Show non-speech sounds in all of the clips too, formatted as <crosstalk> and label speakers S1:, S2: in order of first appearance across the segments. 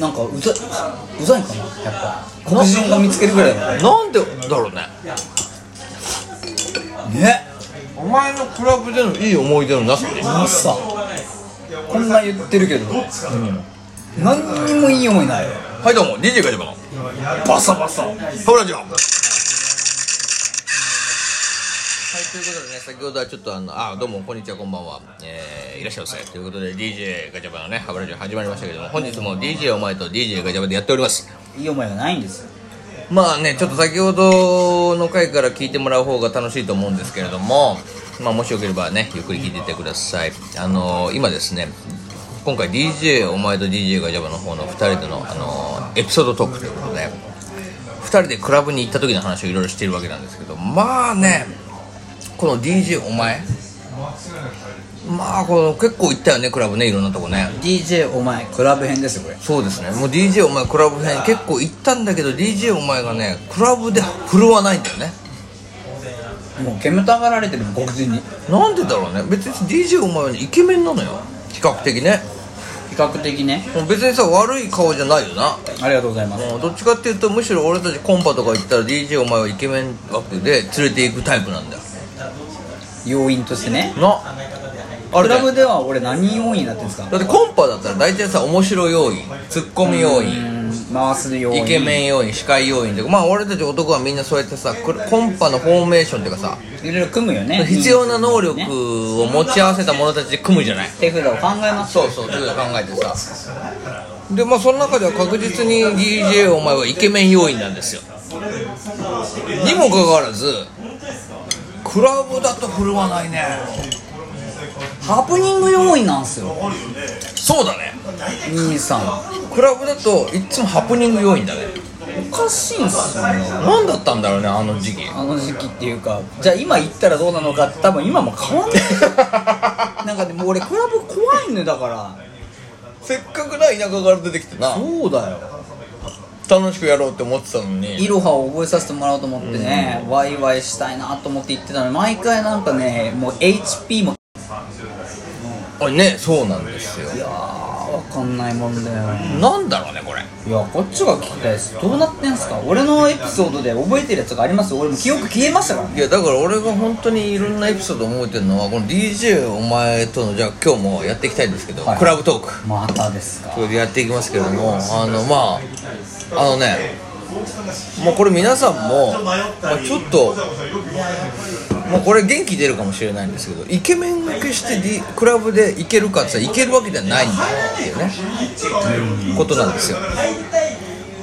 S1: なんかうざうざいかなやっぱ黒人が見つけるぐらいだ
S2: なんでだろうね
S1: ねね
S2: お前のクラブでのいい思い出のなさね
S1: マスタこんな言ってるけど、何にもいい思いないよ
S2: はいどうも DJ ガチャバの
S1: バサバサ
S2: ハブラジオはいということでね先ほどはちょっとあのあどうもこんにちはこんばんは、えー、いらっしゃいませということで DJ ガチャバのねハブラジオ始まりましたけども本日も DJ お前と DJ ガチャバでやっております
S1: いい思いがないんですよ
S2: まあねちょっと先ほどの回から聞いてもらう方が楽しいと思うんですけれども、まあ、もしよければねゆっくり聞いていってくださいあの今ですね今回 DJ お前と DJ がジャバの方の2人での、あのエピソードトークということで2人でクラブに行った時の話をいろいろしているわけなんですけどまあねこの DJ お前まあこの結構行ったよねクラブねいろんなとこね
S1: DJ お前クラブ編ですよこれ
S2: そうですねもう DJ お前クラブ編結構行ったんだけど DJ お前がねクラブで振るわないんだよね
S1: もう煙たがられてるもん黒人に
S2: なんでだろうね別に DJ お前はねイケメンなのよ比較的ね
S1: 比較的ね
S2: もう別にさ悪い顔じゃないよな
S1: ありがとうございます
S2: もうどっちかっていうとむしろ俺たちコンパとか行ったら DJ お前はイケメン枠で連れて行くタイプなんだよ
S1: 要因としてね
S2: なあ
S1: ク
S2: れだ
S1: ラ
S2: よ
S1: ブでは俺何要因になってるんですか
S2: だってコンパだったら大体さ面白要因ツッコミ要因
S1: うん回す要因
S2: イケメン要員司会要員とかまあ俺たち男はみんなそうやってさコンパのフォーメーションっていうかさ
S1: いろいろ組むよね
S2: 必要な能力
S1: ね
S2: を持ち合わせた者たちで組むじゃない
S1: 手札を考えます
S2: そうそうということで考えてさでまあその中では確実に DJ お前はイケメン要員なんですよにもかかわらずクラブだと振るわないね
S1: ハプニング要因なんすよ
S2: そうだね
S1: 兄さん
S2: クラブだといっつもハプニング要員だね
S1: おかしいんすよね
S2: 何だったんだろうねあの時期
S1: あの時期っていうかじゃあ今行ったらどうなのかって多分今も変わんないなんかでも俺クラブ怖いのよだから
S2: せっかくな田舎から出てきてな
S1: そうだよ
S2: 楽しくやろうって思ってたのに
S1: イロハを覚えさせてもらおうと思ってね、ワイワイしたいなと思って行ってたのに毎回なんかねもう HP も
S2: あねそうなんですよ
S1: いやーわかんないもんだよ
S2: なんだろうねこれ
S1: いやこっちが聞きたいですどうなってんすか俺のエピソードで覚えてるやつがあります俺も記憶消えましたからね
S2: いやだから俺が本当にいろんなエピソードを覚えてるのはこの DJ お前とのじゃあ今日もやっていきたいんですけど、
S1: はい
S2: クラブトーク
S1: またですか
S2: これでやっていきますけれどもあのまああのねもうこれ皆さんも、まあ、ちょっともうこれ元気出るかもしれないんですけどイケメン受けして D クラブでいけるかって言ったらいけるわけじゃないんだっていうねことなんですよ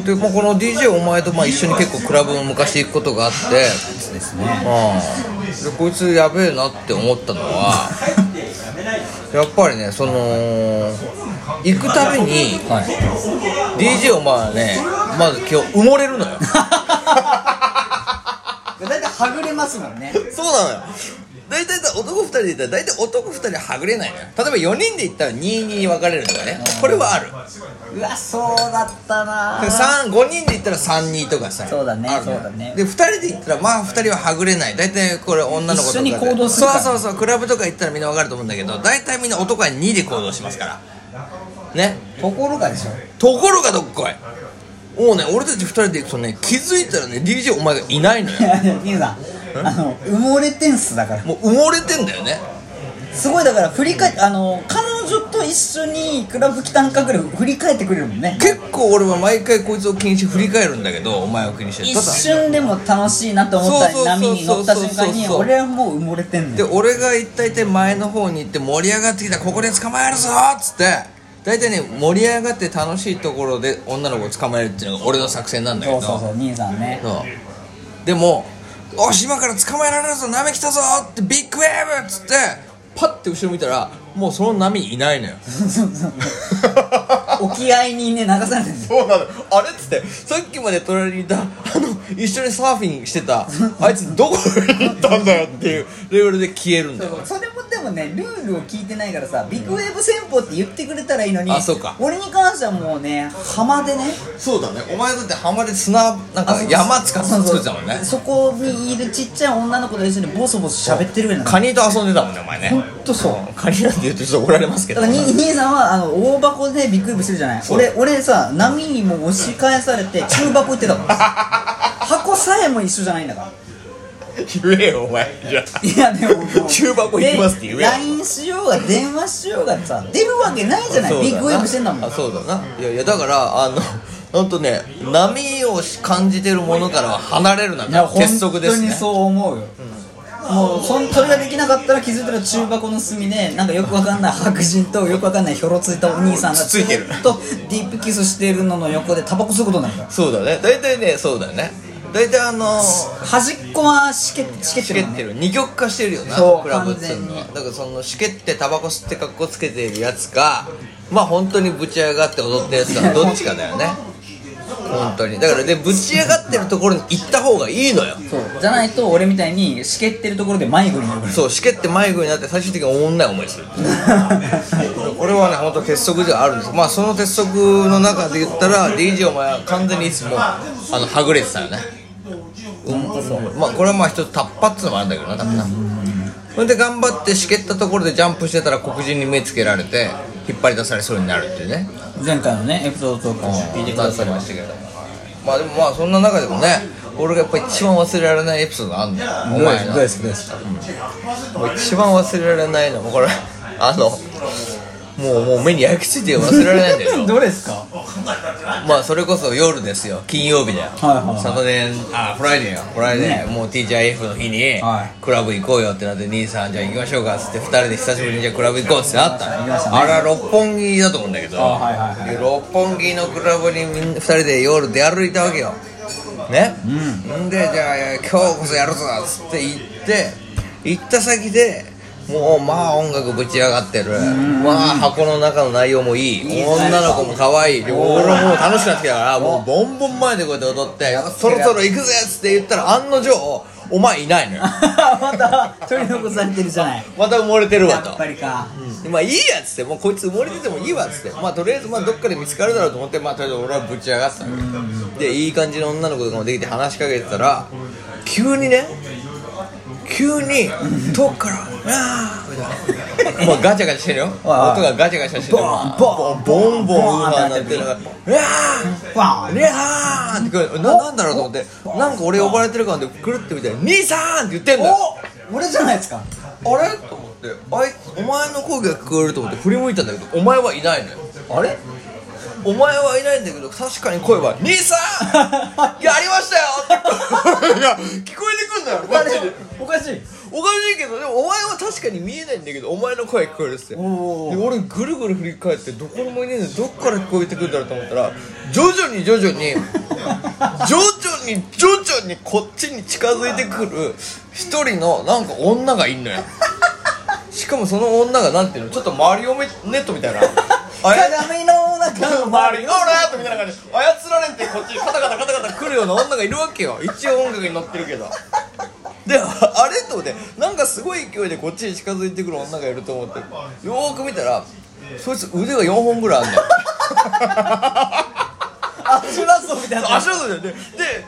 S2: でもうこの DJ お前とまあ一緒に結構クラブも昔行くことがあって
S1: ですね
S2: うん、でこいつやべえなって思ったのはやっぱりねその行くたびに
S1: はい
S2: DJ お前はねまず今日埋もれるのよ
S1: だいたいはぐれますもんね
S2: <laughs> そうなのよ大体さ男2人でいたら大体男2人はぐれないのよ例えば4人で行ったら22に分かれるとかねこれはある
S1: うわそうだったなぁ
S2: 5人で行ったら32とかさ
S1: そうだね
S2: あるのよ
S1: そうだね
S2: で2人で行ったらまあ2人ははぐれない大体これ女の子とかで
S1: 一緒に行動するから
S2: そうそうそうクラブとか行ったらみんな分かると思うんだけど大体みんな男は2で行動しますからね
S1: ところがでしょ <laughs>
S2: ところがどっこいもうね俺たち2人で行くとね気づいたらね DJ お前がいないのよ <laughs>
S1: いやいや兄さんあの埋もれてんすだから
S2: もう埋もれてんだよね
S1: すごいだから振り返あの彼女と一緒にクラブ来たんかぐらい振り返ってくれるもんね
S2: 結構俺は毎回こいつを気にして振り返るんだけどお前を気にして
S1: 一
S2: ただ
S1: 瞬でも楽しいなと思った
S2: そうそうそうそう
S1: 波に乗った瞬間に
S2: そうそうそう
S1: 俺はもう埋もれてん
S2: で
S1: ねん
S2: 俺が一体て前の方に行って盛り上がってきたここで捕まえるぞっつって大体ね盛り上がって楽しいところで女の子を捕まえるっていうのが俺の作戦なんだけ
S1: そ
S2: ど
S1: うそうそう兄さんね
S2: そうでも「おし今から捕まえられるぞ波来たぞ!」ってビッグウェーブっつってパッて後ろ見たらもうその波いないのよ
S1: 沖合にね流されてるんだよ
S2: <laughs> そうなのあれっつってさっきまで隣にいたあの一緒にサーフィンしてたあいつどこに行ったんだよっていうレベルで消えるんだよ
S1: それもで多分ねルールを聞いてないからさビッグウェーブ戦法って言ってくれたらいいのに
S2: あそうか
S1: 俺に関してはもうね浜でね
S2: そうだねお前だって浜で砂なんか山使って作ってたもんね
S1: そこにいるちっちゃい女の子と一緒にボソボソ喋ってるぐらいなの
S2: カニと遊んでたもんねお前ね
S1: ほんとそう
S2: カニなんて言うとちょっと怒られますけ
S1: だ
S2: ど
S1: からに兄さんはあの大箱でビッグウェーブしてるじゃない
S2: そう
S1: 俺俺さ波にも押し返されて中箱行ってたもん箱さえも一緒じゃないんだから
S2: 言えよお前じゃあ
S1: いやでももう
S2: 中箱行きますって言え
S1: で LINE しようが電話しようがさ出るわけないじゃないビッグウェーブしてんだもん
S2: あそうだないやいやだからあの本当ね波を感じてるものからは離れるなって鉄則です
S1: 本
S2: ね
S1: 当にそう思うよ、もうそんそれができなかったら気づいたら中箱の隅でなんかよくわかんない白人とよくわかんないひょろついたお兄さんが
S2: つついてる
S1: ずっとディープキスしてるのの横でタバコ吸うことになるから
S2: そうだね大体ねそうだね大体あの
S1: 端っこはしけしけっ
S2: してけ
S1: る
S2: っ
S1: もん
S2: て
S1: ね
S2: る二極化してるよな
S1: そう
S2: クラブっつうのは
S1: 完
S2: だからそのしけってタバコ吸って格好つけてるやつかまあ本当にぶち上がって踊ってるやつかどっちかだよね本当にだからでぶち上がってるところに行った方がいいのよ
S1: そうじゃないと俺みたいにしけってるところで迷子になるから
S2: そうしけって迷子になって最終的におもんない思いする <laughs> これはね本当鉄則ではあるんですまあその鉄則の中で言ったら DJ お前は完全にいつもあのはぐれてたよねうんまあこれはまあ一つタッパっつうのもあるんだけどな多分なそれで頑張ってしけったところでジャンプしてたら黒人に目つけられて引っ張り出されそうになるっていうね
S1: 前回のねエピソードトーク聞いてください
S2: ましたけれどもまあでもまあそんな中でもね俺がやっぱ一番忘れられないエピソードがあるんだよお前の
S1: すどうです
S2: もう一番忘れられないのもうこれあのもうもう目に焼き付いて忘れられないんだけど
S1: どうですか
S2: まあそれこそ夜ですよ金曜日だよ、
S1: はいはいはい
S2: 昨年あフライデーよフライデー、
S1: ね
S2: もう TGIF の日に、
S1: はい
S2: クラブ行こうよってなって兄さんじゃあ行きましょうかっつって2人で久しぶりにじゃあクラブ行こうっつってなった
S1: 行
S2: の
S1: きましたね
S2: あら六本木だと思うんだけど、
S1: あはいはいはい
S2: で六本木のクラブにみんな2人で夜出歩いたわけよねんでじゃあ今日こそやるぞっつって行って行った先でもうまあ音楽ぶち上がってるまあ箱の中の内容もいい
S1: いいですね
S2: 女の子も可愛いで俺ももう楽しくなってきたからもうボンボン前でこうやって踊ってそろそろ行くぜっつって言ったら案の定お前いないのよ
S1: <laughs> また取り残されてるじゃない
S2: <laughs> また埋もれてるわ
S1: や
S2: と
S1: っぱりか
S2: でまあいいやっつってもうこいつ埋もれててもいいわっつってまあとりあえずまあどっかで見つかるだろうと思ってまあとりあえず俺はぶち上がってたわけでいい感じの女の子とかもできて話しかけてたら急にね急に遠くから「ああ」みたいなもうガチャガチャしてるよ音
S1: はいはい
S2: がガチャガチャしてて
S1: ボンボン
S2: ボンボン
S1: ボン
S2: ウーハーになってるから「うわあ!」
S1: わ
S2: ねはーんって来るななんだろうと思ってなんか俺呼ばれてるからでくるってみたいに「兄さん!」って言ってんだよ
S1: お俺じゃないですか
S2: あれと思ってあいお前の声が聞こえると思って振り向いたんだけどお前はいないのよあれお前はいないんだけど確かに声は「兄さんやりましたよ!」って <laughs> いや聞こえてくんだよマジで
S1: おかしい
S2: おかしいけどでもお前は確かに見えないんだけどお前の声聞こえるっすよで
S1: おー
S2: 俺ぐるぐる振り返ってどこにもいねえんだどっから聞こえてくるんだろうと思ったら徐々に徐々に徐々に徐々にこっちに近づいてくる一人のなんか女がいんのよしかもその女がなんていうのちょっとマリオネット
S1: <laughs>
S2: みたいなあれ
S1: 鏡の中の
S2: <laughs> 周
S1: 周
S2: り
S1: り
S2: のなーみたいな感じで操られてこっちにカタカタカタカタ来るような女がいるわけよ一応音楽に乗ってるけどであれと思ってなんかすごい勢いでこっちに近づいてくる女がいると思ってよーく見たらそいつ腕が4本ぐらいあんねん
S1: 足ラストみたいな
S2: 足音だよねで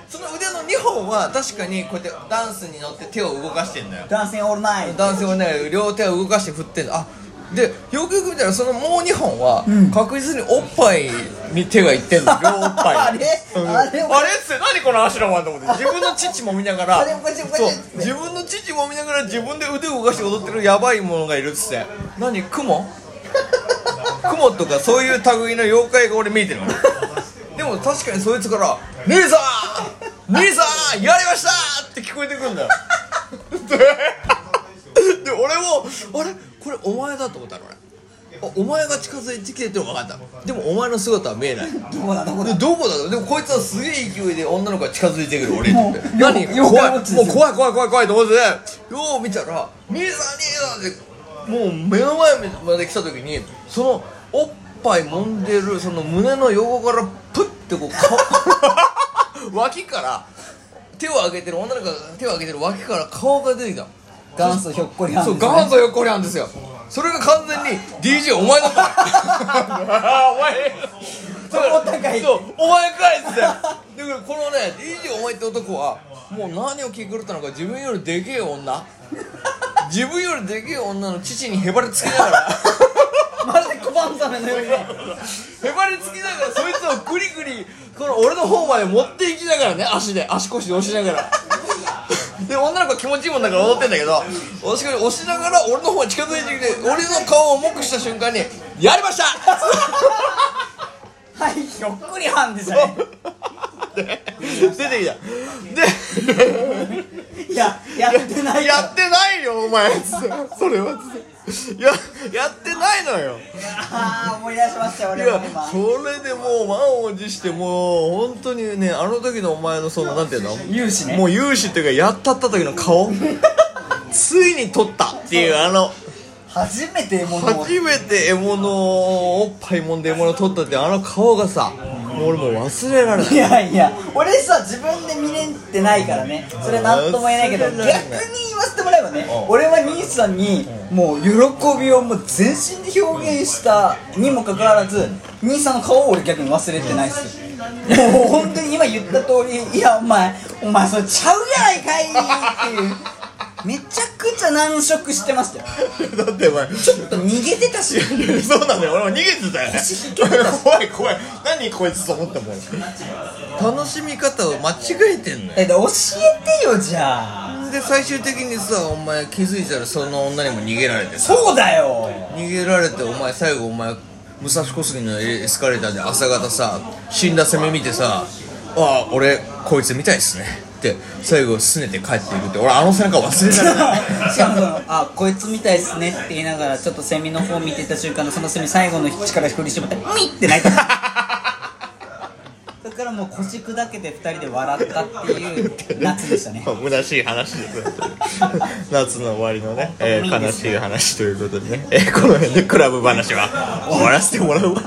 S2: その腕の2本は確かにこうやってダンスに乗って手を動かしてんだよ
S1: ダンシングオールナイト
S2: 男性はね両手を動かして振ってんのあでよくよく見たらそのもう2本は
S1: ん
S2: 確実におっぱいに手がいってん <laughs> の両おっぱいに
S1: あれあれ
S2: あれっつって何この足のマンと思って自分の乳も見ながら
S1: あれおかしいおかしい
S2: そう
S1: っつって
S2: 自分の乳も見ながら自分で腕を動かして踊ってるヤバいものがいるっつって何クモクモとかそういう類の妖怪が俺見えてるのでも確かにそいつから「兄さん兄さんやりました!」って聞こえてくるんだよでで俺も「あれこれお前だ」と思ったの俺あお前が近づいてきてってのが分かったでもお前の姿は見えない
S1: どこだどこ
S2: で
S1: だ
S2: どこだろうでもこいつはすげえ勢いで女の子が近づいてくる俺に
S1: もう
S2: 何
S1: よよ
S2: 怖い
S1: よ
S2: も
S1: よよ
S2: う怖い怖い怖い怖いと思ってよう見たら「兄さん兄さん」ってもう目の前まで来た時にそのおっぱい揉んでるその胸の横からプッてこう顔
S1: <laughs>
S2: 脇から手を上げてる女の子が手を上げてる脇から顔が出てきた
S1: 元祖ひょっこりはん
S2: そう
S1: ですね
S2: 元祖よこりゃんですよそれが完全に DJ お前のお前
S1: そう高い
S2: そうお前かいっつってだからこのね DJ お前って男はもう何を聞き狂ったのか自分よりでけえ女自分よりでけえ女の父にへばりつきながら
S1: まるで小判ザメのように
S2: へばりつきながらそいつをグリグリこの俺の方まで持っていきながらね足で足腰で押しながら <laughs> で女の子は気持ちいいもんだから踊ってんだけど押し押しながら俺の方に近づいてきて俺の顔を重くした瞬間に「やりました!」 <laughs>
S1: はいひょっこりはんでしたね
S2: 出てきたで
S1: いややってない
S2: やってないよお前それはややってないのよ
S1: ああ思い出しましたよ
S2: い
S1: 俺
S2: や
S1: も今
S2: それでもう満を持してもう本当にねあの時のお前のそのなんていうの
S1: 勇士ね
S2: もう勇士っていうかやったった時
S1: <laughs>
S2: の顔ついに取ったっていうあの
S1: 初めてものを
S2: 初めて獲物をおっぱいもんで獲物を取ったってあの顔がさもう俺もう忘れられない
S1: いやいや俺さ自分で見れてないからねそれなんとも言えないけど
S2: うん
S1: 逆に言わせてもらえばね俺は兄さんにもう喜びをもう全身で表現したにもかかわらず兄さんの顔を俺逆に忘れてないっすよもう本当に今言った通りいやお前お前それちゃうやないかいっていうめちゃくちゃ難色してましたよ
S2: だってお前
S1: ちょっと逃げてたし
S2: そうなのよ俺も逃げてたよね
S1: 腰引けてたし
S2: <laughs> 怖い怖い何こいつと思ったもん楽しみ方を間違えてんのよ
S1: えで教えてよじゃあ
S2: で最終的にさお前気づいたらその女にも逃げられてさ
S1: そうだよ
S2: 逃げられてお前最後お前武蔵小杉のエスカレーターで朝方さ死んだ攻め見てさ「ああ俺こいつみたいっすね」って最後拗ねて帰っていくって俺あの背中忘れ
S1: し
S2: ら
S1: <laughs>
S2: れない
S1: かもその「あこいつみたいっすね」って言いながらちょっとセミの方見てた瞬間のそのセミ最後の力振り絞って「ミッ!」って泣いただからもう腰砕けて2人で笑ったっていう夏でしたね
S2: 虚しい話ですね <laughs> 夏の終わりの
S1: <laughs>
S2: ね、えー悲しい話ということでね、えーこの辺でクラブ話は終わらせてもらうわ